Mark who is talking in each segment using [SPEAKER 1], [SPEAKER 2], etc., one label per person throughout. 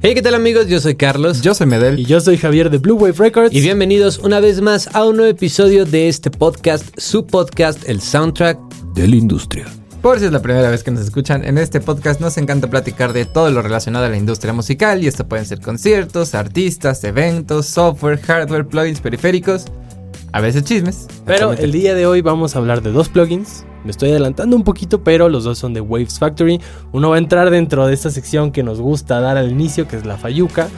[SPEAKER 1] Hey, ¿qué tal amigos? Yo soy Carlos.
[SPEAKER 2] Yo soy
[SPEAKER 3] Y
[SPEAKER 2] Medel.
[SPEAKER 3] yo soy Javier de Blue Wave Records.
[SPEAKER 1] Y bienvenidos una vez más a un nuevo episodio de este podcast, su podcast, el soundtrack de la industria.
[SPEAKER 2] Por si es la primera vez que nos escuchan, en este podcast nos encanta platicar de todo lo relacionado a la industria musical y esto pueden ser conciertos, artistas, eventos, software, hardware, plugins, periféricos, a veces chismes.
[SPEAKER 3] Pero el día de hoy vamos a hablar de dos plugins. Me estoy adelantando un poquito, pero los dos son de Waves Factory. Uno va a entrar dentro de esta sección que nos gusta dar al inicio, que es la Fayuca,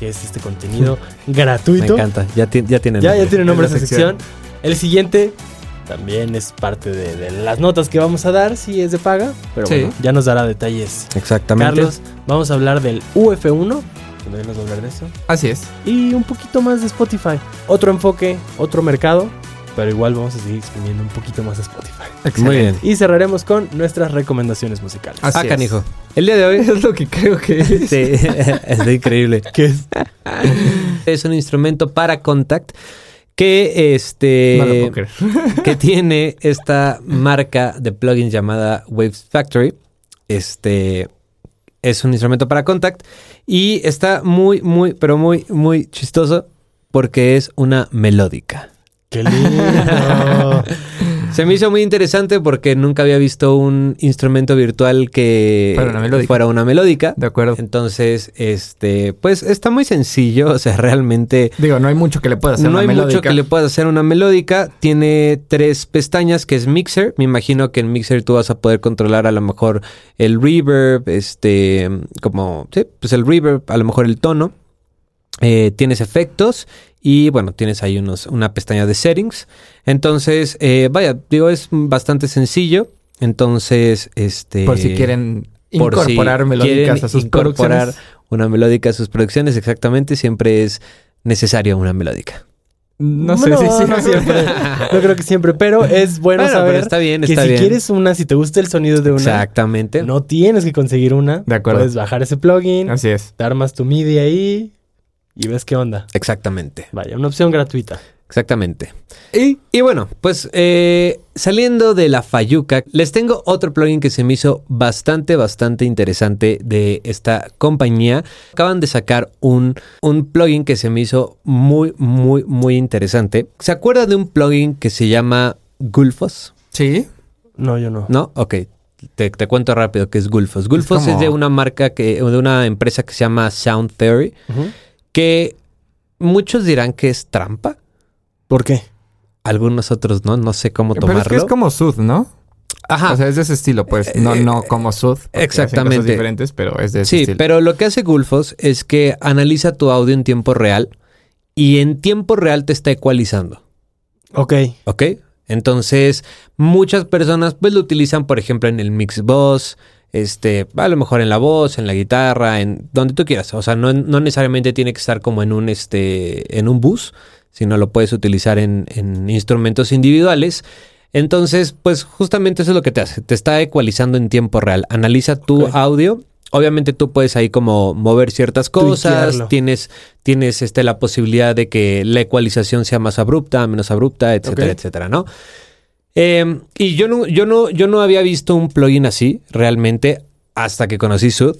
[SPEAKER 3] que es este contenido
[SPEAKER 4] Me
[SPEAKER 3] gratuito.
[SPEAKER 4] encanta, ya, ti- ya tienen.
[SPEAKER 3] Ya,
[SPEAKER 4] nombre.
[SPEAKER 3] ya tiene nombre
[SPEAKER 2] Es
[SPEAKER 3] esa
[SPEAKER 2] la
[SPEAKER 3] sección. El siguiente también es parte de, de las notas que vamos a dar, si es de paga, pero
[SPEAKER 2] Sí.
[SPEAKER 3] bueno, ya nos dará detalles.
[SPEAKER 4] Exactamente.
[SPEAKER 3] Carlos, vamos a hablar del UF1, también nos va a hablar de eso,
[SPEAKER 2] Así es.
[SPEAKER 3] y un poquito más de Spotify. Otro enfoque, otro mercado, pero igual vamos a seguir exprimiendo un poquito más de Spotify.
[SPEAKER 4] Muy bien.
[SPEAKER 3] Y cerraremos con nuestras recomendaciones musicales.
[SPEAKER 2] Así
[SPEAKER 1] ah,
[SPEAKER 2] es.
[SPEAKER 1] canijo. El día de hoy es lo que creo que es.
[SPEAKER 4] Sí, está increíble.
[SPEAKER 1] Es un instrumento para contact que este
[SPEAKER 2] No lo puedo creer.
[SPEAKER 1] que tiene esta marca de plugins llamada Waves Factory. Este es un instrumento para contact y está muy, muy, pero muy, muy chistoso porque es una melódica.
[SPEAKER 3] ¡Qué lindo!
[SPEAKER 1] Se me hizo muy interesante porque nunca había visto un instrumento virtual que
[SPEAKER 2] Fuera una melódica.
[SPEAKER 1] fuera una melódica.
[SPEAKER 2] De acuerdo.
[SPEAKER 1] Entonces, este, pues está muy sencillo, o sea, realmente
[SPEAKER 2] Digo, no hay mucho que le pueda hacer
[SPEAKER 1] no
[SPEAKER 2] una
[SPEAKER 1] hay
[SPEAKER 2] melódica.
[SPEAKER 1] mucho que le puedas hacer a una melódica. Tiene tres pestañas que es Mixer. Me imagino que en Mixer tú vas a poder controlar a lo mejor el reverb, este, como, sí, pues el reverb, a lo mejor el tono. Eh, tienes efectos y bueno, tienes ahí unos, una pestaña de settings. Entonces, eh, vaya, digo, es bastante sencillo. Entonces, este...
[SPEAKER 2] Por si quieren
[SPEAKER 1] eh, por si
[SPEAKER 2] incorporar melódicas
[SPEAKER 1] quieren
[SPEAKER 2] a sus
[SPEAKER 1] incorporar
[SPEAKER 2] producciones.
[SPEAKER 1] una melódica a sus producciones, exactamente, siempre es necesaria una melódica.
[SPEAKER 2] No sé si
[SPEAKER 3] no siempre. No creo que siempre, pero es bueno
[SPEAKER 1] Bueno,
[SPEAKER 3] saber
[SPEAKER 1] pero está bien,
[SPEAKER 3] que
[SPEAKER 1] está
[SPEAKER 3] si
[SPEAKER 1] bien.
[SPEAKER 3] quieres una, si te gusta el sonido de una,
[SPEAKER 1] Exactamente.
[SPEAKER 3] no tienes que conseguir una.
[SPEAKER 2] De acuerdo.
[SPEAKER 3] Puedes bajar ese plugin,
[SPEAKER 2] Así es.
[SPEAKER 3] te armas tu MIDI ahí y ves qué onda.
[SPEAKER 1] Exactamente.
[SPEAKER 3] Vaya, una opción gratuita.
[SPEAKER 1] Exactamente. Y, y bueno, pues eh, saliendo de la Fayuca, les tengo otro plugin que se me hizo bastante, bastante interesante de esta compañía. Acaban de sacar un, un plugin que se me hizo muy, muy, muy interesante. ¿Se acuerdan de un plugin que se llama Gulfos?
[SPEAKER 2] Sí.
[SPEAKER 3] No, yo no.
[SPEAKER 1] ¿No? Ok. Te, te cuento rápido que es Gulfos. Gulfos es,
[SPEAKER 2] como-
[SPEAKER 1] de una marca que, de una empresa que se llama Sound Theory,
[SPEAKER 3] Ujú.
[SPEAKER 1] que muchos dirán que es trampa.
[SPEAKER 3] ¿Por qué?
[SPEAKER 1] Algunos otros no, no sé cómo
[SPEAKER 2] Pero
[SPEAKER 1] tomarlo.
[SPEAKER 2] es que es como Sud, ¿no?
[SPEAKER 1] Ajá.
[SPEAKER 2] O sea, es de ese estilo, pues. No,
[SPEAKER 1] Ah. Eh,
[SPEAKER 2] no como Sud. porque hacen
[SPEAKER 1] exactamente.
[SPEAKER 2] Cosas diferentes, pero es de ese
[SPEAKER 1] sí,
[SPEAKER 2] estilo.
[SPEAKER 1] pero lo que hace Gulfos es que analiza tu audio en tiempo real y en tiempo real te está ecualizando,
[SPEAKER 3] Ok.
[SPEAKER 1] ¿ok? Entonces, muchas personas pues lo utilizan, por ejemplo, en el mix voz, este, a lo mejor en la voz, en la guitarra, en donde tú quieras. O sea, no, no necesariamente tiene que estar como en un, este, en un bus, sino lo puedes utilizar en, en instrumentos individuales. Entonces, pues justamente eso es lo que te hace. Te está ecualizando en tiempo real. Analiza tu
[SPEAKER 3] Ok.
[SPEAKER 1] audio. Obviamente tú puedes ahí como mover ciertas cosas.
[SPEAKER 3] Tuitearlo.
[SPEAKER 1] Tienes, tienes este, la posibilidad de que la ecualización sea más abrupta, menos abrupta, etcétera,
[SPEAKER 3] Ok.
[SPEAKER 1] etcétera, ¿no? Eh, y yo no, yo, no, yo no había visto un plugin así realmente hasta que conocí Sud.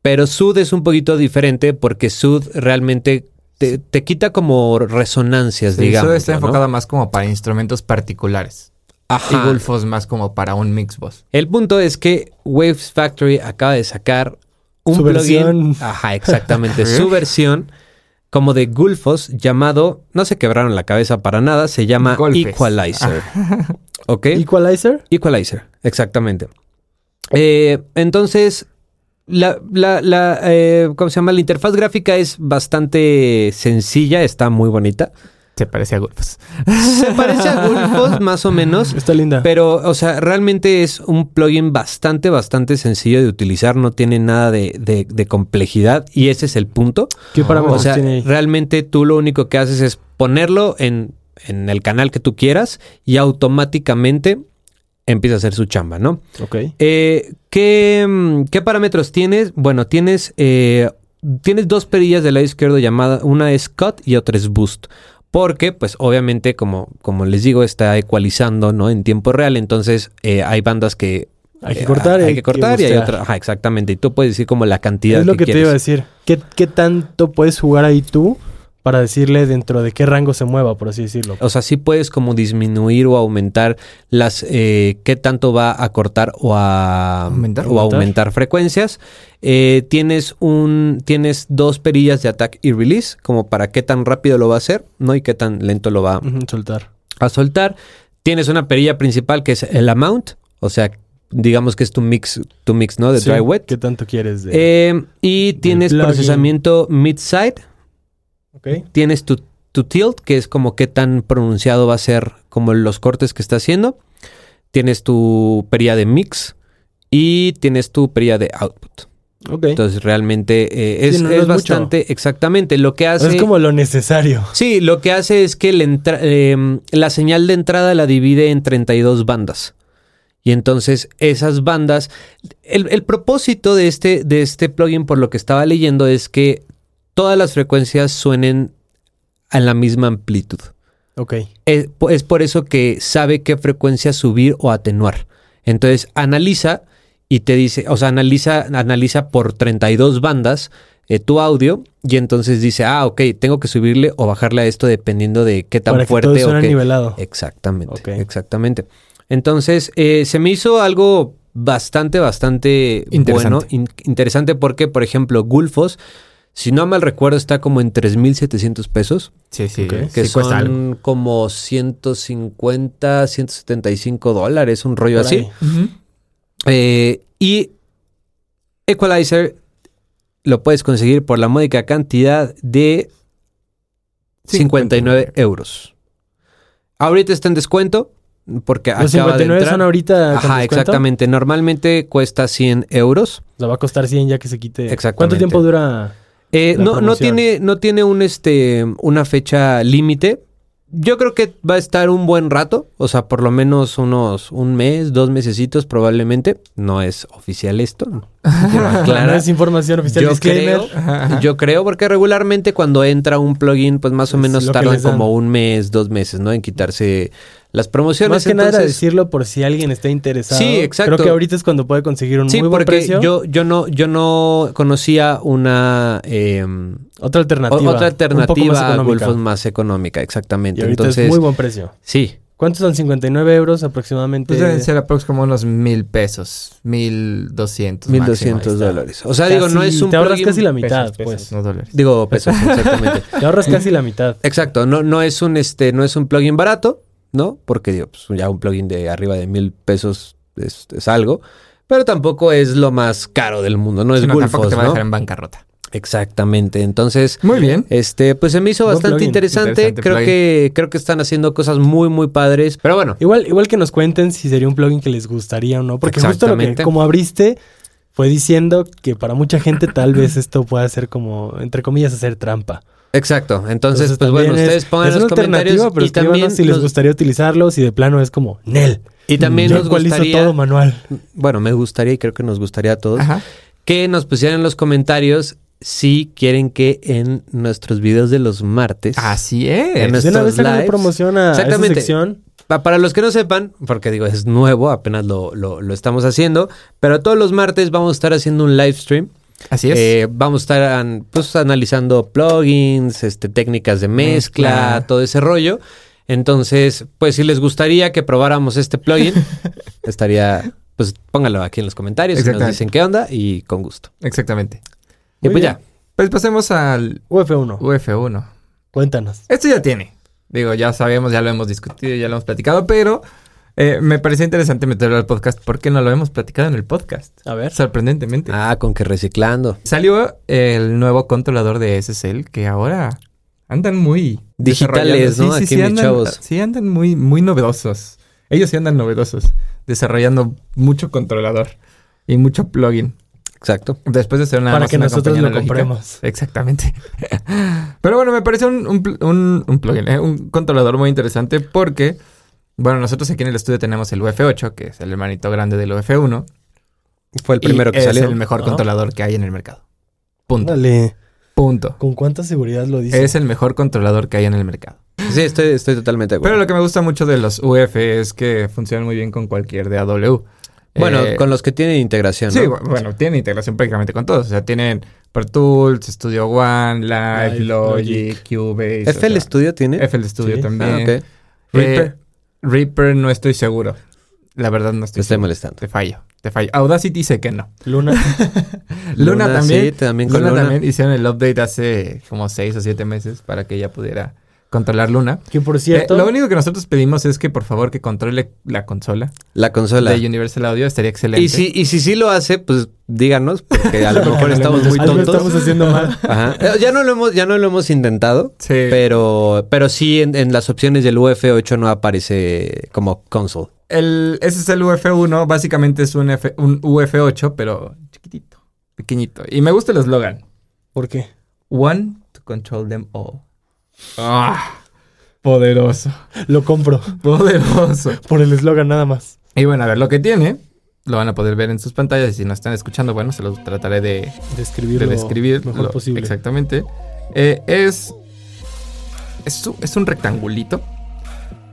[SPEAKER 1] Pero Sud es un poquito diferente porque Sud realmente te, te quita como resonancias,
[SPEAKER 2] Sí,
[SPEAKER 1] digamos.
[SPEAKER 2] Sud está
[SPEAKER 1] ¿no?
[SPEAKER 2] enfocado más como para instrumentos particulares.
[SPEAKER 1] Ajá.
[SPEAKER 2] Y Gulfos más como para un mixbox.
[SPEAKER 1] El punto es que Waves Factory acaba de sacar un
[SPEAKER 3] Su
[SPEAKER 1] plugin.
[SPEAKER 3] versión.
[SPEAKER 1] Ajá, exactamente. su versión como de Gulfos llamado, no se quebraron la cabeza para nada, se llama
[SPEAKER 2] Golfes.
[SPEAKER 1] Equalizer. ¿Ok?
[SPEAKER 3] ¿Equalizer?
[SPEAKER 1] Equalizer, exactamente. Eh, entonces, la, la, la, eh, ¿cómo se llama? La interfaz gráfica es bastante sencilla, está muy bonita.
[SPEAKER 2] Se parece a Gulfos.
[SPEAKER 1] Se parece a Gulfos más o menos.
[SPEAKER 3] Está linda.
[SPEAKER 1] Pero, o sea, realmente es un plugin bastante, bastante sencillo de utilizar, no tiene nada de, de- de complejidad y ese es el punto.
[SPEAKER 3] ¿Qué
[SPEAKER 1] Ah,
[SPEAKER 3] parámetros
[SPEAKER 1] O sea,
[SPEAKER 3] tiene ahí?
[SPEAKER 1] realmente tú lo único que haces es ponerlo en, en el canal que tú quieras y automáticamente empieza a hacer su chamba, ¿no?
[SPEAKER 3] Ok.
[SPEAKER 1] Eh, ¿qué, mm, qué parámetros tienes? Bueno, tienes, eh, tienes dos perillas del lado izquierdo llamada, una es cut y otra es boost. Porque, pues obviamente, como, como les digo, está ecualizando ¿no? en tiempo real. Entonces, eh, hay bandas que
[SPEAKER 3] Hay que cortar.
[SPEAKER 1] hay que cortar y hay
[SPEAKER 3] bustear.
[SPEAKER 1] otra. Ajá, exactamente. Y tú puedes decir como la cantidad
[SPEAKER 3] Es lo que, te iba a
[SPEAKER 1] quieres.
[SPEAKER 3] decir. ¿Qué, qué tanto puedes jugar ahí tú para decirle dentro de qué rango se mueva, por así decirlo?
[SPEAKER 1] O sea, sí puedes como disminuir o aumentar las eh, qué tanto va a cortar o a
[SPEAKER 2] Aumentar.
[SPEAKER 1] o a aumentar frecuencias. Eh, tienes un tienes dos perillas de attack y release como para qué tan rápido lo va a hacer, no y qué tan lento lo va
[SPEAKER 3] Ujú, Soltar.
[SPEAKER 1] a soltar. Tienes una perilla principal que es el amount, o sea, digamos que es tu mix tu mix, ¿no? De
[SPEAKER 3] Sí,
[SPEAKER 1] dry wet.
[SPEAKER 3] ¿Qué tanto quieres de...?
[SPEAKER 1] Eh, y tienes
[SPEAKER 3] plugin.
[SPEAKER 1] procesamiento mid side
[SPEAKER 3] ok.
[SPEAKER 1] tienes tu, tu tilt, que es como qué tan pronunciado va a ser como los cortes que está haciendo. Tienes tu perilla de mix y tienes tu perilla de output.
[SPEAKER 3] Ok.
[SPEAKER 1] Entonces realmente eh, es,
[SPEAKER 3] Sí, no, no
[SPEAKER 1] es
[SPEAKER 3] es mucho.
[SPEAKER 1] bastante exactamente lo que hace.
[SPEAKER 3] es como lo necesario.
[SPEAKER 1] Sí, lo que hace es que le entra- eh, la señal de entrada la divide en 32 bandas. Y entonces esas bandas, el, el propósito de este, de este plugin, por lo que estaba leyendo, es que todas las frecuencias suenen a la misma amplitud.
[SPEAKER 3] Ok.
[SPEAKER 1] Es, po- es por eso que sabe qué frecuencia subir o atenuar. Entonces analiza y te dice, o sea, analiza, analiza por 32 bandas eh, tu audio y entonces dice, ah, ok, tengo que subirle o bajarle a esto dependiendo de qué tan
[SPEAKER 3] para que todo
[SPEAKER 1] fuerte o
[SPEAKER 3] suene
[SPEAKER 1] qué. Eh,
[SPEAKER 3] nivelado.
[SPEAKER 1] Exactamente,
[SPEAKER 3] Ok.
[SPEAKER 1] exactamente. Entonces eh, se me hizo algo bastante, bastante
[SPEAKER 2] Interesante.
[SPEAKER 1] bueno, in- interesante porque, por ejemplo, Gulfos, si no mal recuerdo, está como en 3.700 pesos
[SPEAKER 2] Sí, sí,
[SPEAKER 3] Ok.
[SPEAKER 1] que
[SPEAKER 2] sí
[SPEAKER 1] son
[SPEAKER 2] cuesta algo.
[SPEAKER 1] como 150, 175 dólares, un rollo
[SPEAKER 3] Por
[SPEAKER 1] así.
[SPEAKER 3] ahí.
[SPEAKER 1] Eh, y Equalizer lo puedes conseguir por la módica cantidad de 59 euros. Ahorita está en descuento porque
[SPEAKER 3] Los
[SPEAKER 1] acaba de
[SPEAKER 3] 59
[SPEAKER 1] entrar.
[SPEAKER 3] son ahorita. con
[SPEAKER 1] Ajá,
[SPEAKER 3] descuento.
[SPEAKER 1] exactamente. Normalmente cuesta 100 euros.
[SPEAKER 3] O sea, va a costar 100 ya que se quite. ¿Cuánto
[SPEAKER 1] Exactamente.
[SPEAKER 3] tiempo dura?
[SPEAKER 1] Eh,
[SPEAKER 3] La
[SPEAKER 1] no, no
[SPEAKER 3] promoción.
[SPEAKER 1] tiene, no tiene un este una fecha límite. Yo creo que va a estar un buen rato, o sea, por lo menos unos un mes, dos mesecitos probablemente. No es oficial esto. ¿no? Quiero aclarar.
[SPEAKER 3] No es información oficial.
[SPEAKER 1] Yo
[SPEAKER 3] disclaimer.
[SPEAKER 1] creo, yo creo porque regularmente cuando entra un plugin, pues más o
[SPEAKER 3] Es
[SPEAKER 1] menos
[SPEAKER 3] lo que
[SPEAKER 1] tardan
[SPEAKER 3] les dan.
[SPEAKER 1] como un mes, dos meses, ¿no? En quitarse las promociones.
[SPEAKER 3] Más que nada era
[SPEAKER 1] Entonces,
[SPEAKER 3] decirlo por si alguien está interesado.
[SPEAKER 1] Sí, exacto.
[SPEAKER 3] Creo que ahorita es cuando puede conseguir un
[SPEAKER 1] Sí,
[SPEAKER 3] muy buen
[SPEAKER 1] porque
[SPEAKER 3] precio.
[SPEAKER 1] yo, yo no, yo no conocía una em,
[SPEAKER 3] otra
[SPEAKER 1] O-
[SPEAKER 3] alternativa.
[SPEAKER 1] Otra
[SPEAKER 3] un poco
[SPEAKER 1] alternativa
[SPEAKER 3] más
[SPEAKER 1] a
[SPEAKER 3] económica.
[SPEAKER 1] Gulfos más económica,
[SPEAKER 3] Y
[SPEAKER 1] exactamente.
[SPEAKER 3] ahorita
[SPEAKER 1] Entonces,
[SPEAKER 3] es muy buen precio.
[SPEAKER 1] sí,
[SPEAKER 3] ¿Cuántos son 59 euros aproximadamente?
[SPEAKER 2] Pues deben ser aproximadamente unos mil pesos, mil doscientos. máximo,
[SPEAKER 1] 1200
[SPEAKER 2] ahí está.
[SPEAKER 1] dólares. O sea, digo, no
[SPEAKER 3] Casi-
[SPEAKER 1] es un
[SPEAKER 3] Te ahorras
[SPEAKER 1] plugin-
[SPEAKER 3] casi la mitad,
[SPEAKER 2] Pesos, pesos,
[SPEAKER 3] pues.
[SPEAKER 2] no dólares.
[SPEAKER 1] digo pesos exactamente.
[SPEAKER 3] Te ahorras casi la mitad.
[SPEAKER 1] Exacto, no no es un este no es un plugin barato, ¿no? Porque digo, pues, ya un plugin de arriba de mil pesos es, es algo, pero tampoco es lo más caro del mundo, no es
[SPEAKER 2] Si no, tampoco
[SPEAKER 1] Gulfos,
[SPEAKER 2] te va a
[SPEAKER 1] ¿no?
[SPEAKER 2] dejar en bancarrota.
[SPEAKER 1] Exactamente. Entonces,
[SPEAKER 2] Muy bien.
[SPEAKER 1] este pues se me hizo
[SPEAKER 3] Buen
[SPEAKER 1] bastante
[SPEAKER 3] plugin,
[SPEAKER 1] interesante,
[SPEAKER 2] interesante
[SPEAKER 1] creo
[SPEAKER 2] plugin.
[SPEAKER 1] que creo que están haciendo cosas muy muy padres, pero bueno,
[SPEAKER 3] Igual, igual que nos cuenten si sería un plugin que les gustaría o no. Porque justo lo que,
[SPEAKER 1] Exactamente.
[SPEAKER 3] como abriste, fue diciendo que para mucha gente tal vez esto pueda ser como, entre comillas, hacer trampa.
[SPEAKER 1] Exacto. Entonces, pues
[SPEAKER 3] también
[SPEAKER 1] bueno,
[SPEAKER 3] es-
[SPEAKER 1] ustedes pongan
[SPEAKER 3] es
[SPEAKER 1] en los
[SPEAKER 3] una alternativa,
[SPEAKER 1] comentarios
[SPEAKER 3] pero
[SPEAKER 1] y también
[SPEAKER 3] si les
[SPEAKER 1] nos-
[SPEAKER 3] gustaría utilizarlo, si de plano es como Nel.
[SPEAKER 1] y también
[SPEAKER 3] yo
[SPEAKER 1] nos
[SPEAKER 3] ecualizo
[SPEAKER 1] gustaría
[SPEAKER 3] todo manual.
[SPEAKER 1] bueno, me gustaría y creo que nos gustaría a todos
[SPEAKER 2] Ajá.
[SPEAKER 1] que nos pusieran en los comentarios si quieren que en nuestros videos de los martes
[SPEAKER 3] Ah,
[SPEAKER 2] Así es.
[SPEAKER 1] En
[SPEAKER 3] De una
[SPEAKER 1] nuestros
[SPEAKER 3] vez hagan
[SPEAKER 1] lives.
[SPEAKER 3] promoción a esa
[SPEAKER 1] Exactamente.
[SPEAKER 3] sección.
[SPEAKER 1] Pa- Para los que no sepan, porque digo, es nuevo, apenas lo, lo- lo estamos haciendo, pero todos los martes vamos a estar haciendo un live stream.
[SPEAKER 2] Así es.
[SPEAKER 1] Eh, vamos a estar an- pues, analizando plugins, este, técnicas
[SPEAKER 2] Mm,
[SPEAKER 1] de mezcla,
[SPEAKER 2] Mezcla.
[SPEAKER 1] todo ese rollo. Entonces, pues si les gustaría que probáramos este plugin, estaría, pues pónganlo aquí en los comentarios y nos
[SPEAKER 2] Exactamente.
[SPEAKER 1] dicen qué onda y con gusto.
[SPEAKER 2] Exactamente.
[SPEAKER 1] Y
[SPEAKER 3] Muy
[SPEAKER 1] pues
[SPEAKER 3] bien.
[SPEAKER 1] ya,
[SPEAKER 2] Pues pasemos al
[SPEAKER 3] UF1,
[SPEAKER 2] UF1.
[SPEAKER 3] cuéntanos.
[SPEAKER 2] Esto ya tiene. Digo, ya sabemos, ya lo hemos discutido, ya lo hemos platicado, pero eh, me parecía interesante meterlo al podcast porque no lo hemos platicado en el podcast.
[SPEAKER 3] A ver.
[SPEAKER 2] Sorprendentemente.
[SPEAKER 1] ah, con que reciclando.
[SPEAKER 2] Salió el nuevo controlador de SSL que ahora andan muy
[SPEAKER 1] Digitales,
[SPEAKER 2] desarrollando-
[SPEAKER 1] ¿no?
[SPEAKER 2] Sí, sí,
[SPEAKER 1] Aquí
[SPEAKER 2] sí,
[SPEAKER 1] mis
[SPEAKER 2] andan,
[SPEAKER 1] chavos.
[SPEAKER 2] sí, andan muy, muy novedosos. Ellos sí andan novedosos, desarrollando mucho controlador y mucho plugin.
[SPEAKER 1] Exacto.
[SPEAKER 2] Después de ser una
[SPEAKER 3] para que nosotros lo
[SPEAKER 2] compremos.
[SPEAKER 3] compremos.
[SPEAKER 2] Exactamente. Pero bueno, me parece un, un pl- un- un plugin, eh, un controlador muy interesante porque, bueno, nosotros aquí en el estudio tenemos el UF8, que es el hermanito grande del UF1.
[SPEAKER 1] Fue el
[SPEAKER 2] y
[SPEAKER 1] primero que
[SPEAKER 2] es
[SPEAKER 1] salió.
[SPEAKER 2] el mejor
[SPEAKER 3] Ajá.
[SPEAKER 2] controlador que hay en el mercado. Punto.
[SPEAKER 3] Dale.
[SPEAKER 2] Punto.
[SPEAKER 3] ¿Con cuánta seguridad lo dice?
[SPEAKER 2] Es el mejor controlador que hay en el mercado.
[SPEAKER 1] Sí, estoy, estoy totalmente de acuerdo.
[SPEAKER 2] Pero lo que me gusta mucho de los UF es que funcionan muy bien con cualquier DAW.
[SPEAKER 1] Bueno,
[SPEAKER 2] Eh,
[SPEAKER 1] con los que tienen integración,
[SPEAKER 2] Sí,
[SPEAKER 1] ¿no?
[SPEAKER 2] bu- bueno, tienen integración prácticamente con todos. O sea, tienen Per Tools, Studio One, Live,
[SPEAKER 3] Live,
[SPEAKER 2] Logic, Cubase. o
[SPEAKER 1] ¿FL
[SPEAKER 2] sea,
[SPEAKER 1] Studio tiene?
[SPEAKER 2] FL Studio
[SPEAKER 3] Sí.
[SPEAKER 2] también.
[SPEAKER 1] Ah, ok.
[SPEAKER 2] Eh,
[SPEAKER 1] Reaper.
[SPEAKER 2] Reaper no estoy seguro. La verdad no
[SPEAKER 1] Te
[SPEAKER 2] estoy
[SPEAKER 1] estoy
[SPEAKER 2] seguro.
[SPEAKER 1] molestando.
[SPEAKER 2] Te fallo, te fallo. Audacity dice que no.
[SPEAKER 3] Luna.
[SPEAKER 2] Luna, también.
[SPEAKER 1] Sí, también con
[SPEAKER 2] Luna,
[SPEAKER 1] Luna.
[SPEAKER 2] también hicieron el update hace como seis o siete meses para que ella pudiera controlar Luna.
[SPEAKER 3] Que por
[SPEAKER 2] Eh,
[SPEAKER 3] cierto.
[SPEAKER 2] lo único que nosotros pedimos es que por favor que controle la consola
[SPEAKER 1] La consola.
[SPEAKER 2] de Universal Audio. Estaría excelente.
[SPEAKER 1] Y si, y si sí lo hace, pues díganos, porque a lo mejor estamos muy
[SPEAKER 3] algo
[SPEAKER 1] tontos.
[SPEAKER 3] estamos haciendo mal.
[SPEAKER 1] Ajá. Eh, Ya no lo hemos, ya no lo hemos intentado,
[SPEAKER 2] Sí.
[SPEAKER 1] pero, pero sí en, en las opciones del UF8 no aparece como console.
[SPEAKER 2] El, ese es el UF1, básicamente es un, F- un UF8, pero chiquitito, pequeñito. Y me gusta el eslogan.
[SPEAKER 3] ¿Por qué?
[SPEAKER 2] One to control them all. Ah, poderoso,
[SPEAKER 3] Lo compro.
[SPEAKER 2] poderoso.
[SPEAKER 3] Por el eslogan nada más.
[SPEAKER 2] Y bueno, a ver, lo que tiene, lo van a poder ver en sus pantallas. Y si nos están escuchando, bueno, se los trataré de,
[SPEAKER 3] Describirlo.
[SPEAKER 2] de describir
[SPEAKER 3] lo mejor
[SPEAKER 2] lo-
[SPEAKER 3] posible.
[SPEAKER 2] Exactamente. Eh, es, es, un- es un rectangulito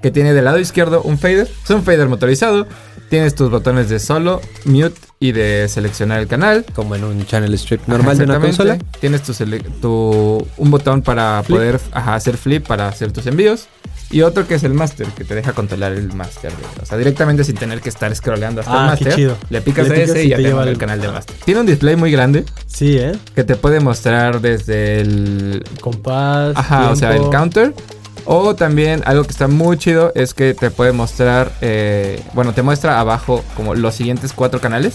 [SPEAKER 2] que tiene del lado izquierdo un fader. Es un fader motorizado. Tienes tus botones de solo, mute y de seleccionar el canal.
[SPEAKER 1] Como en un channel strip normal de una
[SPEAKER 2] Exactamente.
[SPEAKER 1] consola.
[SPEAKER 2] Tienes tu, sele- tu- un botón para
[SPEAKER 3] Flip.
[SPEAKER 2] poder ajá, hacer flip para hacer tus envíos. Y otro que es el master, que te deja controlar el master. de- O sea, directamente sin tener que estar scrolleando hasta
[SPEAKER 3] Ah,
[SPEAKER 2] el
[SPEAKER 3] qué
[SPEAKER 2] master.
[SPEAKER 3] chido.
[SPEAKER 2] Le picas
[SPEAKER 3] Le
[SPEAKER 2] a
[SPEAKER 3] picas
[SPEAKER 2] ese
[SPEAKER 3] y
[SPEAKER 2] y ya
[SPEAKER 3] te
[SPEAKER 2] te
[SPEAKER 3] lleva
[SPEAKER 2] lleva
[SPEAKER 3] al-
[SPEAKER 2] el canal del master. Tiene un display muy grande
[SPEAKER 3] Sí, ¿eh?
[SPEAKER 2] que te puede mostrar desde el...
[SPEAKER 3] Compás.
[SPEAKER 2] Ajá, o sea, el
[SPEAKER 3] tiempo.
[SPEAKER 2] counter. O también algo que está muy chido es que te puede mostrar, eh, bueno, te muestra abajo como los siguientes cuatro canales.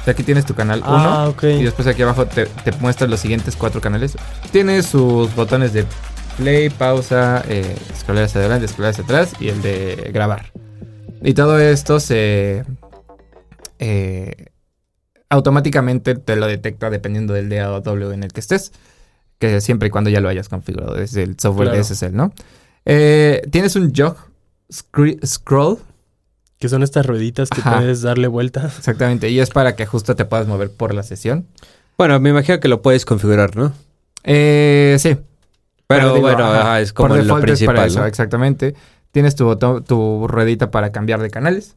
[SPEAKER 2] O sea, aquí tienes tu canal 1.
[SPEAKER 3] Ah, ok.
[SPEAKER 2] Y después aquí abajo te, te muestra los siguientes cuatro canales. Tiene sus botones de play, pausa, eh, scrollear hacia adelante, scrollear hacia atrás y el de grabar. Y todo esto se... eh, automáticamente te lo detecta dependiendo del DAW en el que estés. Que siempre y cuando ya lo hayas configurado. Es el software
[SPEAKER 3] Claro.
[SPEAKER 2] de SSL, ¿no? Eh, Tienes un jog scre- scroll
[SPEAKER 3] Que son estas rueditas que
[SPEAKER 2] Ajá.
[SPEAKER 3] puedes darle vuelta.
[SPEAKER 2] Exactamente, y es para que justo te puedas mover por la sesión.
[SPEAKER 1] Bueno, me imagino que lo puedes configurar, ¿no?
[SPEAKER 2] Eh, sí.
[SPEAKER 1] Pero,
[SPEAKER 2] digo,
[SPEAKER 1] bueno,
[SPEAKER 2] ajá,
[SPEAKER 1] ajá, es como
[SPEAKER 2] por
[SPEAKER 1] lo
[SPEAKER 2] default es
[SPEAKER 1] principal.
[SPEAKER 2] para eso,
[SPEAKER 1] ¿no?
[SPEAKER 2] exactamente. Tienes tu botón, tu ruedita para cambiar de canales.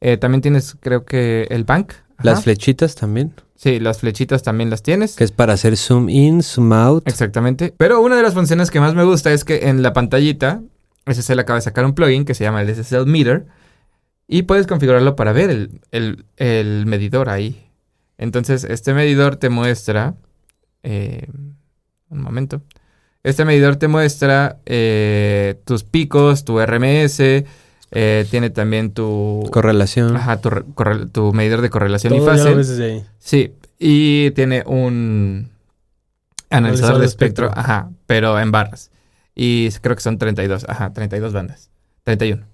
[SPEAKER 2] Eh, también tienes, creo que, el bank. Ajá.
[SPEAKER 1] Las flechitas también,
[SPEAKER 2] sí, las flechitas también las tienes.
[SPEAKER 1] que es para hacer zoom in, zoom out.
[SPEAKER 2] Exactamente. Pero una de las funciones que más me gusta es que en la pantallita, SSL acaba de sacar un plugin que se llama el SSL Meter. Y puedes configurarlo para ver el, el- el medidor ahí. Entonces, este medidor te muestra. eh, un momento. Este medidor te muestra eh, tus picos, tu RMS. eh, tiene también tu.
[SPEAKER 1] Correlación.
[SPEAKER 2] Ajá, tu, re- corre- tu medidor de correlación
[SPEAKER 3] Todo
[SPEAKER 2] y
[SPEAKER 3] ya
[SPEAKER 2] fase.
[SPEAKER 3] lo ves desde ahí.
[SPEAKER 2] Sí, y tiene un analizador de espectro, ajá, pero en barras. Y creo que son 32, ajá, 32 bandas, 31.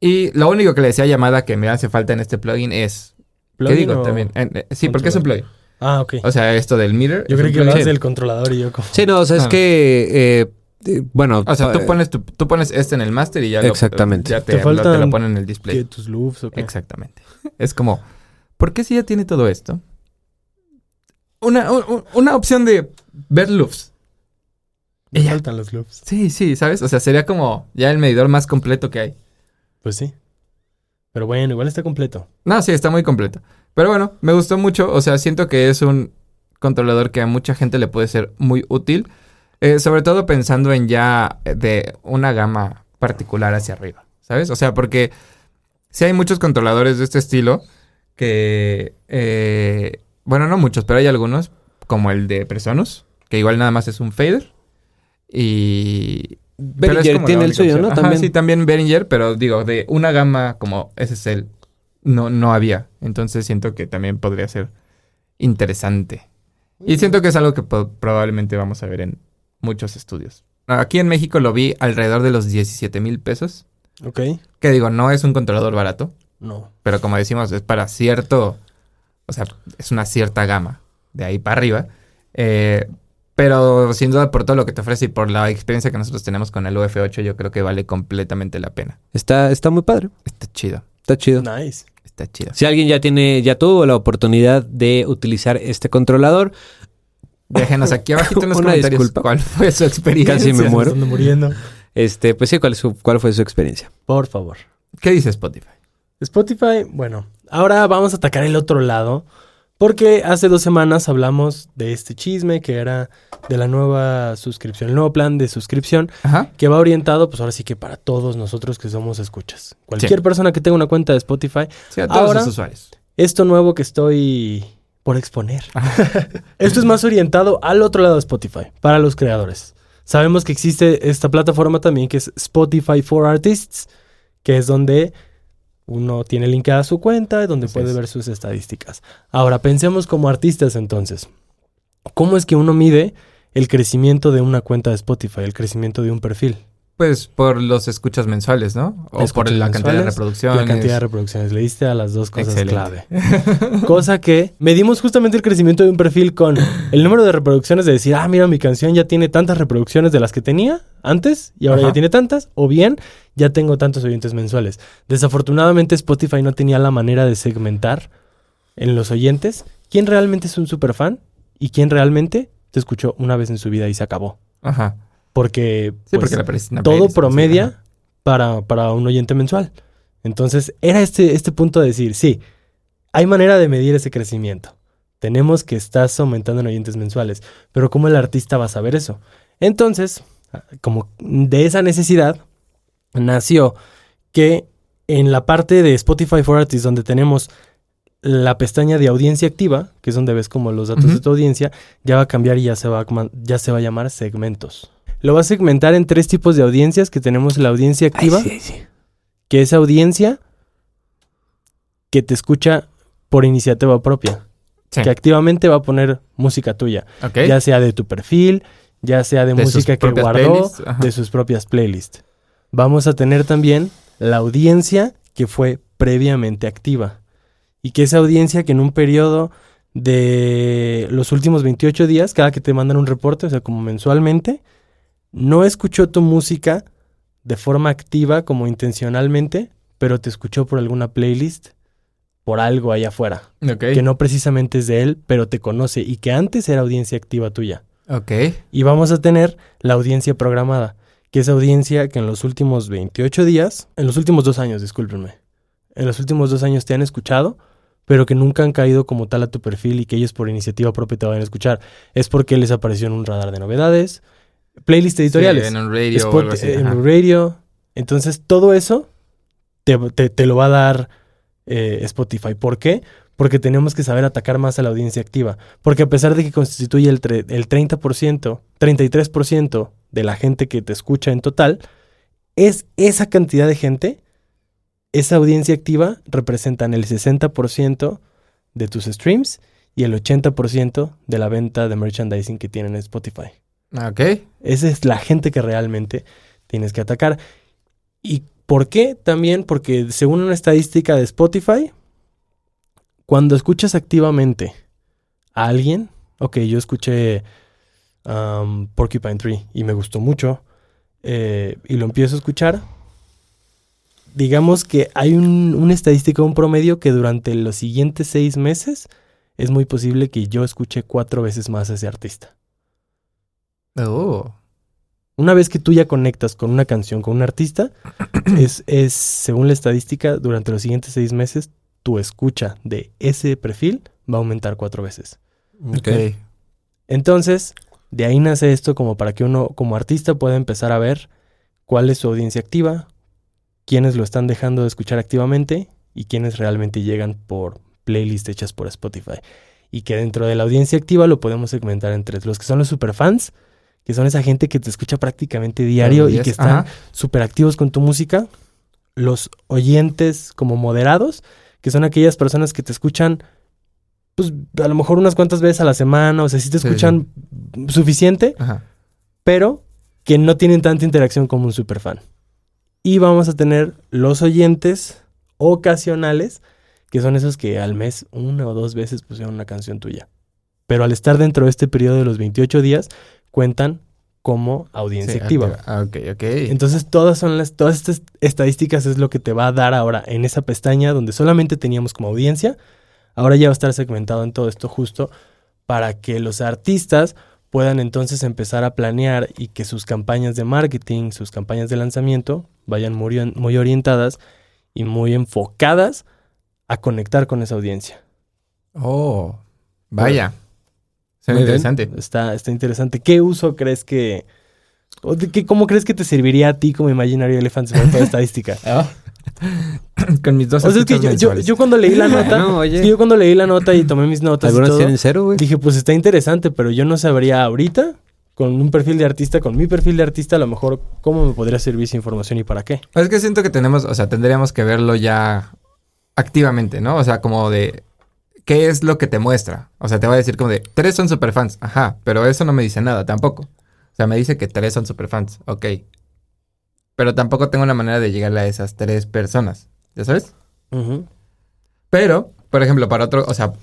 [SPEAKER 2] Y lo único que le decía a llamada que me hace falta en este plugin es, ¿qué
[SPEAKER 3] ¿Plugin
[SPEAKER 2] digo
[SPEAKER 3] o-
[SPEAKER 2] también? En- eh, sí, porque es un plugin.
[SPEAKER 3] Ah, ok.
[SPEAKER 2] O sea, esto del mirror.
[SPEAKER 3] Yo
[SPEAKER 2] es
[SPEAKER 3] creí
[SPEAKER 2] un
[SPEAKER 3] que hablabas
[SPEAKER 2] plugin.
[SPEAKER 3] del controlador y yo como...
[SPEAKER 1] Sí, no, o sea, es
[SPEAKER 2] Ah.
[SPEAKER 1] que, eh, eh, bueno,
[SPEAKER 2] O sea, tú
[SPEAKER 1] eh,
[SPEAKER 2] pones, tu- tú pones este en el master y ya, lo-
[SPEAKER 1] Exactamente.
[SPEAKER 2] ya te,
[SPEAKER 3] Ah, Te
[SPEAKER 2] lo- te
[SPEAKER 3] faltan-
[SPEAKER 2] lo ponen en el display.
[SPEAKER 3] ¿Qué, tus loops o qué?
[SPEAKER 2] Exactamente. Es como, ¿por qué si ya tiene todo esto? Una, un- un- una opción de ver loops.
[SPEAKER 3] Me
[SPEAKER 2] Ella.
[SPEAKER 3] faltan los loops.
[SPEAKER 2] Sí, sí, ¿sabes? O sea, sería como ya el medidor más completo que hay.
[SPEAKER 3] Pues sí. Pero bueno, igual está completo.
[SPEAKER 2] No, sí, está muy completo. Pero bueno, me gustó mucho. O sea, siento que es un controlador que a mucha gente le puede ser muy útil. Eh, sobre todo pensando en ya eh, de una gama particular hacia arriba, ¿sabes? O sea, porque si hay muchos controladores de este estilo que... eh, bueno, no muchos, pero hay algunos, como el de Presonus, que igual nada más es un fader. Y... pero es
[SPEAKER 1] Behringer
[SPEAKER 2] como la
[SPEAKER 1] tiene el
[SPEAKER 2] única
[SPEAKER 1] suyo,
[SPEAKER 2] opción.
[SPEAKER 1] ¿no?
[SPEAKER 2] Ajá,
[SPEAKER 1] También.
[SPEAKER 2] sí, también Behringer, pero digo, de una gama como SSL no, no había. Entonces siento que también podría ser interesante. Y siento que es algo que po- probablemente vamos a ver en muchos estudios. Aquí en México lo vi alrededor de los 17 mil pesos.
[SPEAKER 3] Ok.
[SPEAKER 2] Que digo, no es un controlador barato,
[SPEAKER 3] No.
[SPEAKER 2] pero como decimos, es para cierto, o sea, es una cierta gama, de ahí para arriba. Eh, pero sin duda por todo lo que te ofrece y por la experiencia que nosotros tenemos con el UF8, yo creo que vale completamente la pena.
[SPEAKER 1] Está, está muy padre.
[SPEAKER 2] Está chido,
[SPEAKER 1] Está chido.
[SPEAKER 3] Nice.
[SPEAKER 2] está chido.
[SPEAKER 1] Si alguien ya tiene, ya tuvo la oportunidad de utilizar este controlador,
[SPEAKER 2] Déjenos aquí abajito en los
[SPEAKER 1] Una
[SPEAKER 2] comentarios
[SPEAKER 1] disculpa.
[SPEAKER 2] cuál fue su experiencia.
[SPEAKER 1] Casi me muero.
[SPEAKER 3] Estando muriendo.
[SPEAKER 1] este, pues sí, ¿cuál, es su- cuál fue su experiencia?
[SPEAKER 3] Por favor.
[SPEAKER 2] ¿Qué dice Spotify?
[SPEAKER 3] Spotify, bueno, ahora vamos a atacar el otro lado. Porque hace dos semanas hablamos de este chisme que era de la nueva suscripción, el nuevo plan de suscripción
[SPEAKER 2] Ajá.
[SPEAKER 3] que va orientado, pues ahora sí que para todos nosotros que somos escuchas. Cualquier persona que tenga una cuenta de Spotify,
[SPEAKER 2] Sí, a todos
[SPEAKER 3] Ahora-
[SPEAKER 2] los usuarios.
[SPEAKER 3] esto nuevo que estoy por exponer. esto es más orientado al otro lado de Spotify, para los creadores. Sabemos que existe esta plataforma también que es Spotify for Artists, que es donde uno tiene linkeada su cuenta y donde
[SPEAKER 2] Así
[SPEAKER 3] puede
[SPEAKER 2] es.
[SPEAKER 3] ver sus estadísticas. Ahora, pensemos como artistas entonces. ¿Cómo es que uno mide el crecimiento de una cuenta de Spotify, el crecimiento de un perfil?
[SPEAKER 2] Pues por los escuchas mensuales, ¿no? O por
[SPEAKER 3] Escuchas
[SPEAKER 2] la cantidad de
[SPEAKER 3] mensuales,
[SPEAKER 2] reproducciones.
[SPEAKER 3] La cantidad de reproducciones. Le diste a las dos cosas
[SPEAKER 2] Excelente.
[SPEAKER 3] clave. Cosa que medimos justamente el crecimiento de un perfil con el número de reproducciones de decir, ah, mira, mi canción ya tiene tantas reproducciones de las que tenía antes y ahora
[SPEAKER 2] Ajá.
[SPEAKER 3] ya tiene tantas. O bien, ya tengo tantos oyentes mensuales. Desafortunadamente, Spotify no tenía la manera de segmentar en los oyentes quién realmente es un superfan y quién realmente te escuchó una vez en su vida y se acabó.
[SPEAKER 2] Ajá.
[SPEAKER 3] Porque,
[SPEAKER 2] Sí,
[SPEAKER 3] pues,
[SPEAKER 2] porque la playlist- la
[SPEAKER 3] todo
[SPEAKER 2] playlist, sí,
[SPEAKER 3] promedia
[SPEAKER 2] ajá.
[SPEAKER 3] para, para un oyente mensual. Entonces, era este, este punto de decir, sí, hay manera de medir ese crecimiento. Tenemos que estás aumentando en oyentes mensuales, pero ¿cómo el artista va a saber eso? Entonces, como de esa necesidad, nació que en la parte de Spotify for Artists, donde tenemos la pestaña de audiencia activa, que es donde ves como los datos de
[SPEAKER 2] Ujú.
[SPEAKER 3] tu audiencia, ya va a cambiar y ya se va a, coman- ya se va a llamar segmentos. Lo va a segmentar en tres tipos de audiencias que tenemos la audiencia activa, que es audiencia que te escucha por iniciativa propia,
[SPEAKER 2] Sí.
[SPEAKER 3] que activamente va a poner música tuya,
[SPEAKER 2] Ok.
[SPEAKER 3] ya sea de tu perfil, ya sea de,
[SPEAKER 2] ¿Eh? De sus
[SPEAKER 3] música que
[SPEAKER 2] propias
[SPEAKER 3] guardó,
[SPEAKER 2] playlists, ajá.
[SPEAKER 3] de sus propias playlists. Vamos a tener también la audiencia que fue previamente activa y que esa audiencia que en un periodo de los últimos 28 días, cada que te mandan un reporte, o sea, como mensualmente, no escuchó tu música de forma activa, como intencionalmente, pero te escuchó por alguna playlist, por algo allá afuera,
[SPEAKER 2] Ok.
[SPEAKER 3] que no precisamente es de él, pero te conoce y que antes era audiencia activa tuya
[SPEAKER 2] Ok.
[SPEAKER 3] y vamos a tener la audiencia programada, que es audiencia que en los últimos 28 días, en los últimos dos años, discúlpenme, en los últimos dos años te han escuchado, pero que nunca han caído como tal a tu perfil y que ellos por iniciativa propia te van a escuchar. Es porque les apareció en un radar de novedades, playlist editoriales,
[SPEAKER 2] Sí, en un radio o
[SPEAKER 3] Spot-
[SPEAKER 2] algo así.
[SPEAKER 3] en
[SPEAKER 2] ajá.
[SPEAKER 3] radio. Entonces todo eso te, te- te lo va a dar eh, Spotify. ¿Por qué? Porque tenemos que saber atacar más a la audiencia activa. Porque a pesar de que constituye el, tre- el 30%, 33% de la gente que te escucha en total, es esa cantidad de gente, esa audiencia activa, representan el 60% de tus streams y el 80% de la venta de merchandising que tienen en Spotify.
[SPEAKER 2] Ok.
[SPEAKER 3] Esa es la gente que realmente tienes que atacar. ¿Y por qué? También porque según una estadística de Spotify, cuando escuchas activamente a alguien, ok, yo escuché um, Porcupine Tree y me gustó mucho, eh, y lo empiezo a escuchar, digamos que hay un, una estadística, un promedio que durante los siguientes seis meses es muy posible que yo escuche cuatro veces más a ese artista.
[SPEAKER 2] Oh.
[SPEAKER 3] Una vez que tú ya conectas con una canción, con un artista, es, es, según la estadística, durante los siguientes seis meses, tu escucha de ese perfil va a aumentar cuatro veces.
[SPEAKER 2] Ok.
[SPEAKER 3] Entonces, de ahí nace esto como para que uno, como artista, pueda empezar a ver cuál es su audiencia activa, quiénes lo están dejando de escuchar activamente y quiénes realmente llegan por playlists hechas por Spotify. Y que dentro de la audiencia activa lo podemos segmentar en tres. Los que son los superfans, que son esa gente que te escucha prácticamente diario y
[SPEAKER 2] Yes,
[SPEAKER 3] que están
[SPEAKER 2] ajá.
[SPEAKER 3] súper activos con tu música. Los oyentes como moderados, que son aquellas personas que te escuchan, pues a lo mejor unas cuantas veces a la semana, o sea, sí te
[SPEAKER 2] Sí.
[SPEAKER 3] escuchan suficiente,
[SPEAKER 2] Ajá.
[SPEAKER 3] pero que no tienen tanta interacción como un superfan. Y vamos a tener los oyentes ocasionales, que son esos que al mes una o dos veces pusieron una canción tuya. Pero al estar dentro de este periodo de los 28 días, cuentan como audiencia
[SPEAKER 2] Sí,
[SPEAKER 3] activa.
[SPEAKER 2] Ah, Ok, ok.
[SPEAKER 3] Entonces todas son las todas estas estadísticas es lo que te va a dar ahora en esa pestaña donde solamente teníamos como audiencia. Ahora ya va a estar segmentado en todo esto justo para que los artistas puedan entonces empezar a planear y que sus campañas de marketing, sus campañas de lanzamiento vayan muy, muy orientadas y muy enfocadas a conectar con esa audiencia.
[SPEAKER 2] Oh, vaya. Suena
[SPEAKER 1] Muy bien.
[SPEAKER 2] interesante.
[SPEAKER 3] Está, está interesante. ¿Qué uso crees que... o de qué- ¿Cómo crees que te serviría a ti como Imaginary Elephants para toda estadística?
[SPEAKER 2] Con mis dos
[SPEAKER 3] O sea, es que yo,
[SPEAKER 2] escuchas
[SPEAKER 3] yo,
[SPEAKER 2] mensuales.
[SPEAKER 3] yo cuando leí la nota,
[SPEAKER 1] No, oye.
[SPEAKER 3] es que yo cuando leí la nota y tomé mis notas, y
[SPEAKER 1] Algunos
[SPEAKER 3] todo,
[SPEAKER 1] tienen cero, güey.
[SPEAKER 3] dije, pues está interesante, pero yo no sabría ahorita, con un perfil de artista, con mi perfil de artista, a lo mejor cómo me podría servir esa información y para qué.
[SPEAKER 2] Es que siento que tenemos, o sea, tendríamos que verlo ya activamente, ¿no? O sea, como de qué es lo que te muestra. O sea, te va a decir como de tres son superfans. Ajá, pero eso no me dice nada tampoco. O sea, me dice que tres son superfans. Ok. Pero tampoco tengo una manera de llegarle a esas tres personas. ¿Ya sabes? Pero, por ejemplo, para otro, o sea,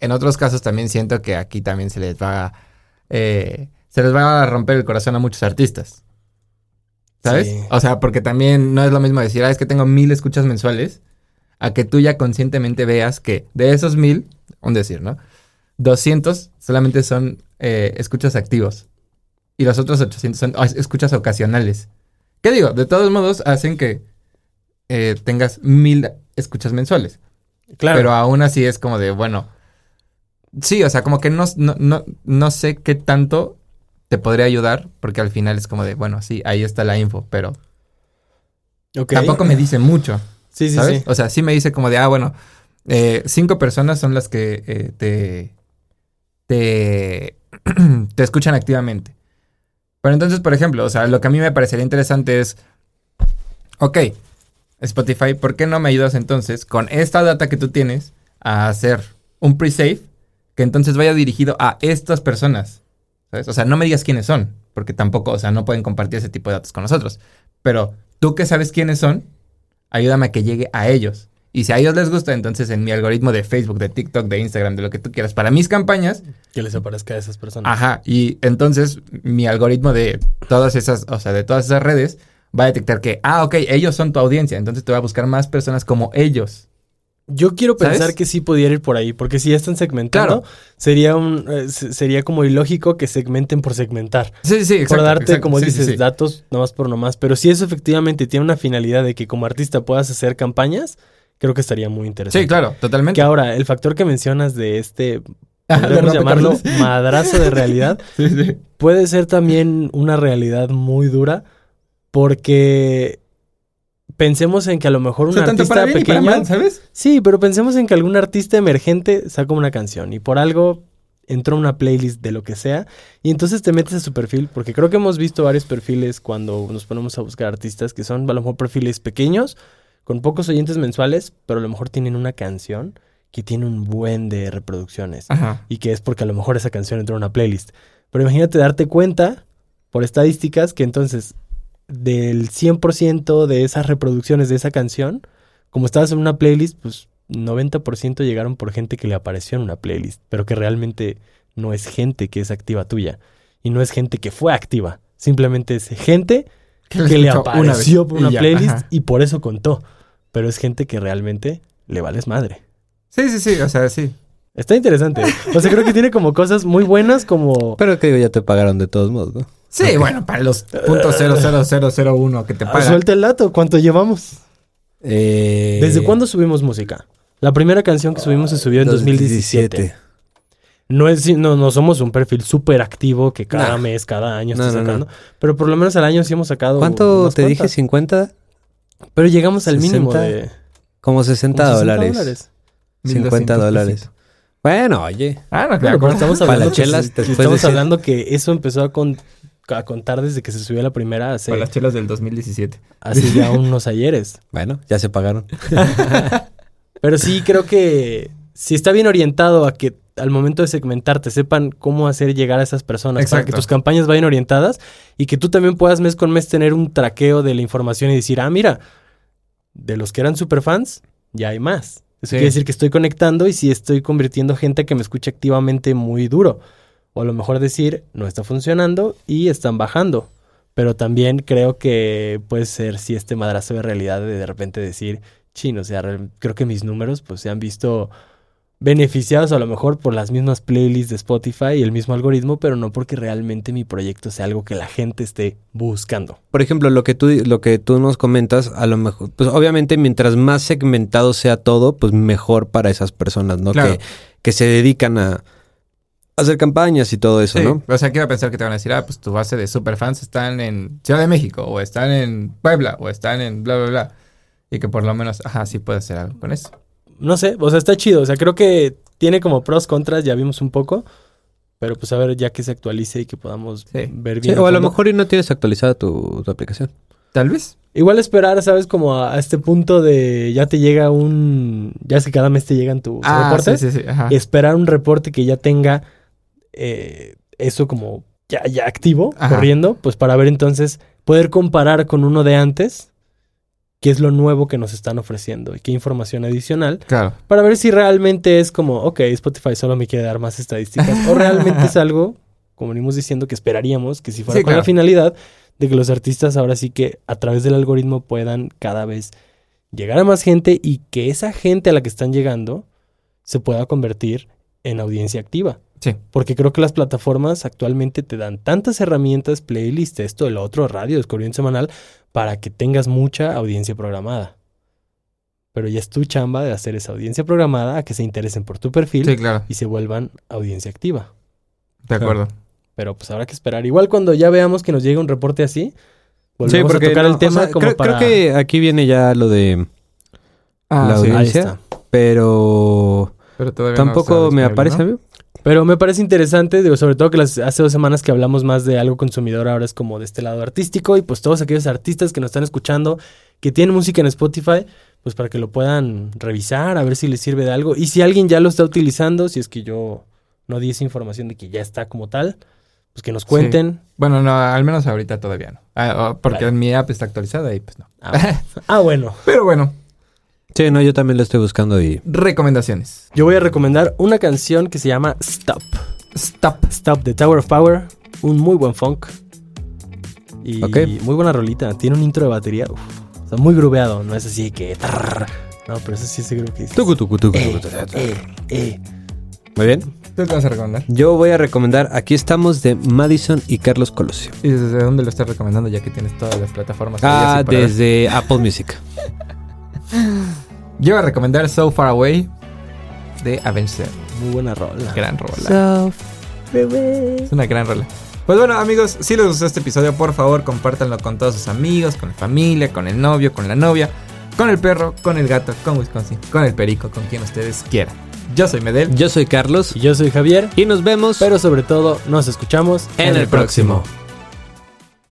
[SPEAKER 2] en otros casos también siento que aquí también se les va a, eh, se les va a romper el corazón a muchos artistas. ¿Sabes?
[SPEAKER 3] Sí.
[SPEAKER 2] O sea, porque también no es lo mismo decir, ah, es que tengo mil escuchas mensuales, a que tú ya conscientemente veas que de esos mil, un decir, ¿no? 200 solamente son eh, escuchas activos y los otros 800 son ah, escuchas ocasionales. ¿Qué digo? De todos modos, hacen que eh, tengas mil escuchas mensuales.
[SPEAKER 3] Claro.
[SPEAKER 2] Pero aún así es como de, bueno. Sí, o sea, como que no, no, no, no sé qué tanto te podría ayudar, porque al final es como de, bueno, sí, ahí está la info, pero
[SPEAKER 3] Ok.
[SPEAKER 2] tampoco me dice mucho,
[SPEAKER 3] Sí, sí,
[SPEAKER 2] ¿sabes?
[SPEAKER 3] sí.
[SPEAKER 2] O sea, sí me dice como de, ah, bueno, eh, cinco personas son las que eh, te, te, te escuchan activamente. Pero entonces, por ejemplo, o sea, lo que a mí me parecería interesante es, ok, Spotify, ¿por qué no me ayudas entonces con esta data que tú tienes a hacer un pre-save que entonces vaya dirigido a estas personas? ¿Sabes? O sea, no me digas quiénes son, porque tampoco, o sea, no pueden compartir ese tipo de datos con nosotros. Pero tú que sabes quiénes son, ayúdame a que llegue a ellos. Y si a ellos les gusta, entonces en mi algoritmo de Facebook, de TikTok, de Instagram, de lo que tú quieras, para mis campañas,
[SPEAKER 3] Que les aparezca a esas personas.
[SPEAKER 2] Ajá, y entonces mi algoritmo de todas esas, o sea, de todas esas redes va a detectar que, ah, ok, ellos son tu audiencia, entonces te va a buscar más personas como ellos.
[SPEAKER 3] Yo quiero pensar
[SPEAKER 2] ¿Sabes?
[SPEAKER 3] que sí pudiera ir por ahí, porque si ya están segmentando,
[SPEAKER 2] Claro.
[SPEAKER 3] sería un eh, se- sería como ilógico que segmenten por segmentar.
[SPEAKER 2] Sí, sí, sí, exacto,
[SPEAKER 3] por darte,
[SPEAKER 2] exacto,
[SPEAKER 3] como
[SPEAKER 2] sí, sí,
[SPEAKER 3] dices,
[SPEAKER 2] sí.
[SPEAKER 3] datos nomás por nomás. Pero si eso efectivamente tiene una finalidad de que como artista puedas hacer campañas, creo que estaría muy interesante.
[SPEAKER 2] Sí, claro, totalmente.
[SPEAKER 3] Que ahora, el factor que mencionas de este,
[SPEAKER 2] Ah, de
[SPEAKER 3] podríamos
[SPEAKER 2] rompe
[SPEAKER 3] llamarlo
[SPEAKER 2] tabús.
[SPEAKER 3] madrazo de realidad,
[SPEAKER 2] Sí, sí.
[SPEAKER 3] puede ser también una realidad muy dura porque pensemos en que a lo mejor
[SPEAKER 2] O
[SPEAKER 3] un
[SPEAKER 2] sea, tanto para
[SPEAKER 3] artista
[SPEAKER 2] bien y para
[SPEAKER 3] pequeño...
[SPEAKER 2] mal, ¿sabes?
[SPEAKER 3] Sí, pero pensemos en que algún artista emergente sacó una canción y por algo entró a una playlist de lo que sea y entonces te metes a su perfil, porque creo que hemos visto varios perfiles cuando nos ponemos a buscar artistas que son a lo mejor perfiles pequeños, con pocos oyentes mensuales, pero a lo mejor tienen una canción que tiene un buen de reproducciones
[SPEAKER 2] Ajá.
[SPEAKER 3] y que es porque a lo mejor esa canción entró a una playlist. Pero imagínate darte cuenta por estadísticas que entonces del 100% de esas reproducciones de esa canción, como estabas en una playlist, pues 90% llegaron por gente que le apareció en una playlist, pero que realmente no es gente que es activa tuya y no es gente que fue activa, simplemente es gente
[SPEAKER 2] lo
[SPEAKER 3] que le
[SPEAKER 2] escuchó una
[SPEAKER 3] apareció
[SPEAKER 2] vez
[SPEAKER 3] por
[SPEAKER 2] y
[SPEAKER 3] una
[SPEAKER 2] ya,
[SPEAKER 3] playlist
[SPEAKER 2] ajá.
[SPEAKER 3] y por eso contó, pero es gente que realmente le vales madre.
[SPEAKER 2] Sí, sí, sí, o sea, sí.
[SPEAKER 3] Está interesante. O sea, creo que tiene como cosas muy buenas como...
[SPEAKER 1] Pero que digo, ya te pagaron de todos modos, ¿no?
[SPEAKER 2] Sí, bueno, para los puntos que te
[SPEAKER 3] Ah,
[SPEAKER 2] pagan.
[SPEAKER 3] Suelta el dato, ¿cuánto llevamos?
[SPEAKER 1] Eh,
[SPEAKER 3] ¿Desde cuándo subimos música? La primera canción que subimos se subió en 2017. No, es, no, no somos un perfil súper activo que cada
[SPEAKER 1] Nah.
[SPEAKER 3] mes, cada año
[SPEAKER 1] No,
[SPEAKER 3] está
[SPEAKER 1] no, no.
[SPEAKER 3] sacando. Pero por lo menos al año sí hemos sacado.
[SPEAKER 1] ¿Cuánto
[SPEAKER 3] unas
[SPEAKER 1] te dije?
[SPEAKER 3] cuantas.
[SPEAKER 1] ¿50?
[SPEAKER 3] Pero llegamos al mínimo
[SPEAKER 1] 60,
[SPEAKER 3] de.
[SPEAKER 1] Como 60,
[SPEAKER 3] como 60
[SPEAKER 1] dólares. 50 dólares. Bueno, oye.
[SPEAKER 2] pues Ah, no,
[SPEAKER 3] Bueno,
[SPEAKER 2] claro.
[SPEAKER 3] pero estamos
[SPEAKER 1] Para
[SPEAKER 3] hablando,
[SPEAKER 1] las
[SPEAKER 3] que,
[SPEAKER 1] chelas,
[SPEAKER 3] se-
[SPEAKER 1] después
[SPEAKER 3] estamos
[SPEAKER 1] de ser-
[SPEAKER 3] hablando que eso empezó a, con- a contar desde que se subió la primera hace,
[SPEAKER 2] Para las chelas del 2017.
[SPEAKER 3] hace ya unos ayeres.
[SPEAKER 1] Bueno, ya se pagaron.
[SPEAKER 3] Pero sí creo que si está bien orientado a que al momento de segmentarte sepan cómo hacer llegar a esas personas para que
[SPEAKER 2] Exacto.
[SPEAKER 3] tus campañas vayan orientadas y que tú también puedas mes con mes tener un traqueo de la información y decir, ah, mira, de los que eran superfans, ya hay más.
[SPEAKER 2] Sí.
[SPEAKER 3] Eso quiere decir que estoy conectando y si estoy convirtiendo gente que me escucha activamente muy duro. O a lo mejor decir, no está funcionando y están bajando. Pero también creo que puede ser si este madrazo de realidad de de repente decir, chin, o sea, real- creo que mis números pues se han visto beneficiados a lo mejor por las mismas playlists de Spotify y el mismo algoritmo, pero no porque realmente mi proyecto sea algo que la gente esté buscando.
[SPEAKER 1] Por ejemplo, lo que tú lo que tú nos comentas, a lo mejor, pues obviamente mientras más segmentado sea todo, pues mejor para esas personas, ¿no?
[SPEAKER 2] Claro.
[SPEAKER 1] Que, que se dedican a hacer campañas y todo eso,
[SPEAKER 2] Sí,
[SPEAKER 1] ¿no?
[SPEAKER 2] O sea, quiero pensar que te van a decir, ah, pues tu base de superfans están en Ciudad de México, o están en Puebla, o están en bla, bla, bla. Y que por lo menos, ajá, sí puedes hacer algo con eso.
[SPEAKER 3] No sé, o sea, está chido. O sea, creo que tiene como pros, contras, ya vimos un poco. Pero pues a ver, ya que se actualice y que podamos
[SPEAKER 2] Sí.
[SPEAKER 3] ver
[SPEAKER 1] Sí,
[SPEAKER 3] bien.
[SPEAKER 1] o a lo
[SPEAKER 3] fondo.
[SPEAKER 1] mejor y no tienes actualizada tu, tu aplicación.
[SPEAKER 2] Tal vez.
[SPEAKER 3] Igual esperar, ¿sabes? Como a, a este punto de ya te llega un. Ya es que cada mes te llegan tus
[SPEAKER 2] sí,
[SPEAKER 3] reportes.
[SPEAKER 2] Ah, sí, sí. Ajá.
[SPEAKER 3] Esperar un reporte que ya tenga eh, eso como ya, ya activo,
[SPEAKER 2] Ajá.
[SPEAKER 3] corriendo, pues para ver entonces, poder comparar con uno de antes, qué es lo nuevo que nos están ofreciendo y qué información adicional,
[SPEAKER 2] Claro.
[SPEAKER 3] para ver si realmente es como, ok, Spotify solo me quiere dar más estadísticas, o realmente es algo, como venimos diciendo, que esperaríamos que si fuera
[SPEAKER 2] Sí,
[SPEAKER 3] con la
[SPEAKER 2] claro.
[SPEAKER 3] finalidad de que los artistas ahora sí que a través del algoritmo puedan cada vez llegar a más gente y que esa gente a la que están llegando se pueda convertir en audiencia activa.
[SPEAKER 2] Sí.
[SPEAKER 3] Porque creo que las plataformas actualmente te dan tantas herramientas, playlist, esto, el otro, radio, descubrimiento semanal, para que tengas mucha audiencia programada. Pero ya es tu chamba de hacer esa audiencia programada a que se interesen por tu perfil
[SPEAKER 2] Sí, claro.
[SPEAKER 3] y se vuelvan audiencia activa.
[SPEAKER 2] De acuerdo.
[SPEAKER 3] Pero pues habrá que esperar. Igual cuando ya veamos que nos llega un reporte así,
[SPEAKER 1] Sí,
[SPEAKER 3] volvemos a tocar
[SPEAKER 1] no,
[SPEAKER 3] el tema
[SPEAKER 1] o sea,
[SPEAKER 3] como
[SPEAKER 1] creo,
[SPEAKER 3] para...
[SPEAKER 1] creo que aquí viene ya lo de
[SPEAKER 2] Ah,
[SPEAKER 1] la
[SPEAKER 2] sí.
[SPEAKER 3] Ahí
[SPEAKER 1] audiencia,
[SPEAKER 3] está.
[SPEAKER 1] pero
[SPEAKER 2] Pero todavía no
[SPEAKER 1] tampoco
[SPEAKER 2] sabes
[SPEAKER 1] me
[SPEAKER 2] disponible,
[SPEAKER 1] aparece
[SPEAKER 2] ¿no?
[SPEAKER 1] a mí.
[SPEAKER 3] Pero me parece interesante, digo, sobre todo que las, hace dos semanas que hablamos más de algo consumidor, ahora es como de este lado artístico, y pues todos aquellos artistas que nos están escuchando, que tienen música en Spotify, pues para que lo puedan revisar, a ver si les sirve de algo. Y si alguien ya lo está utilizando, si es que yo no di esa información de que ya está como tal, pues que nos cuenten.
[SPEAKER 2] Bueno, no, al menos ahorita todavía no. Ah, oh, porque mi app está actualizada y pues no.
[SPEAKER 3] Ah, ah, bueno.
[SPEAKER 2] Pero bueno,
[SPEAKER 1] Sí, no, yo también lo estoy buscando y
[SPEAKER 2] recomendaciones.
[SPEAKER 3] Yo voy a recomendar una canción que se llama Stop.
[SPEAKER 2] Stop.
[SPEAKER 3] Stop de Tower of Power, un muy buen funk. Y
[SPEAKER 1] Ok.
[SPEAKER 3] muy buena rolita. Tiene un intro de batería. uf, está muy grubeado. No es así que. tarrr. No, pero eso sí es grupo que dices,
[SPEAKER 1] tucu, tucu, tucu,
[SPEAKER 3] eh,
[SPEAKER 1] tucu, tucu.
[SPEAKER 3] eh, eh.
[SPEAKER 1] Muy bien.
[SPEAKER 2] ¿Tú qué vas a recomendar?
[SPEAKER 1] Yo voy a recomendar Aquí estamos de Madison y Carlos Colosio.
[SPEAKER 2] ¿Y desde dónde lo estás recomendando ya que tienes todas las plataformas?
[SPEAKER 1] Ah,
[SPEAKER 2] habidas y por haber?
[SPEAKER 1] desde Apple Music.
[SPEAKER 2] Yo voy a recomendar So Far Away de Avenged Sevenfold.
[SPEAKER 3] Muy buena rola.
[SPEAKER 2] Gran rola. Es una gran rola. Pues bueno, amigos, si les gustó este episodio, por favor, compártanlo con todos sus amigos, con la familia, con el novio, con la novia, con el perro, con el gato, con Wisconsin, con el perico, con quien ustedes quieran. Yo soy Medel.
[SPEAKER 1] Yo soy Carlos
[SPEAKER 3] Y yo soy Javier.
[SPEAKER 1] y nos vemos
[SPEAKER 3] Pero sobre todo, nos escuchamos
[SPEAKER 1] en el próximo.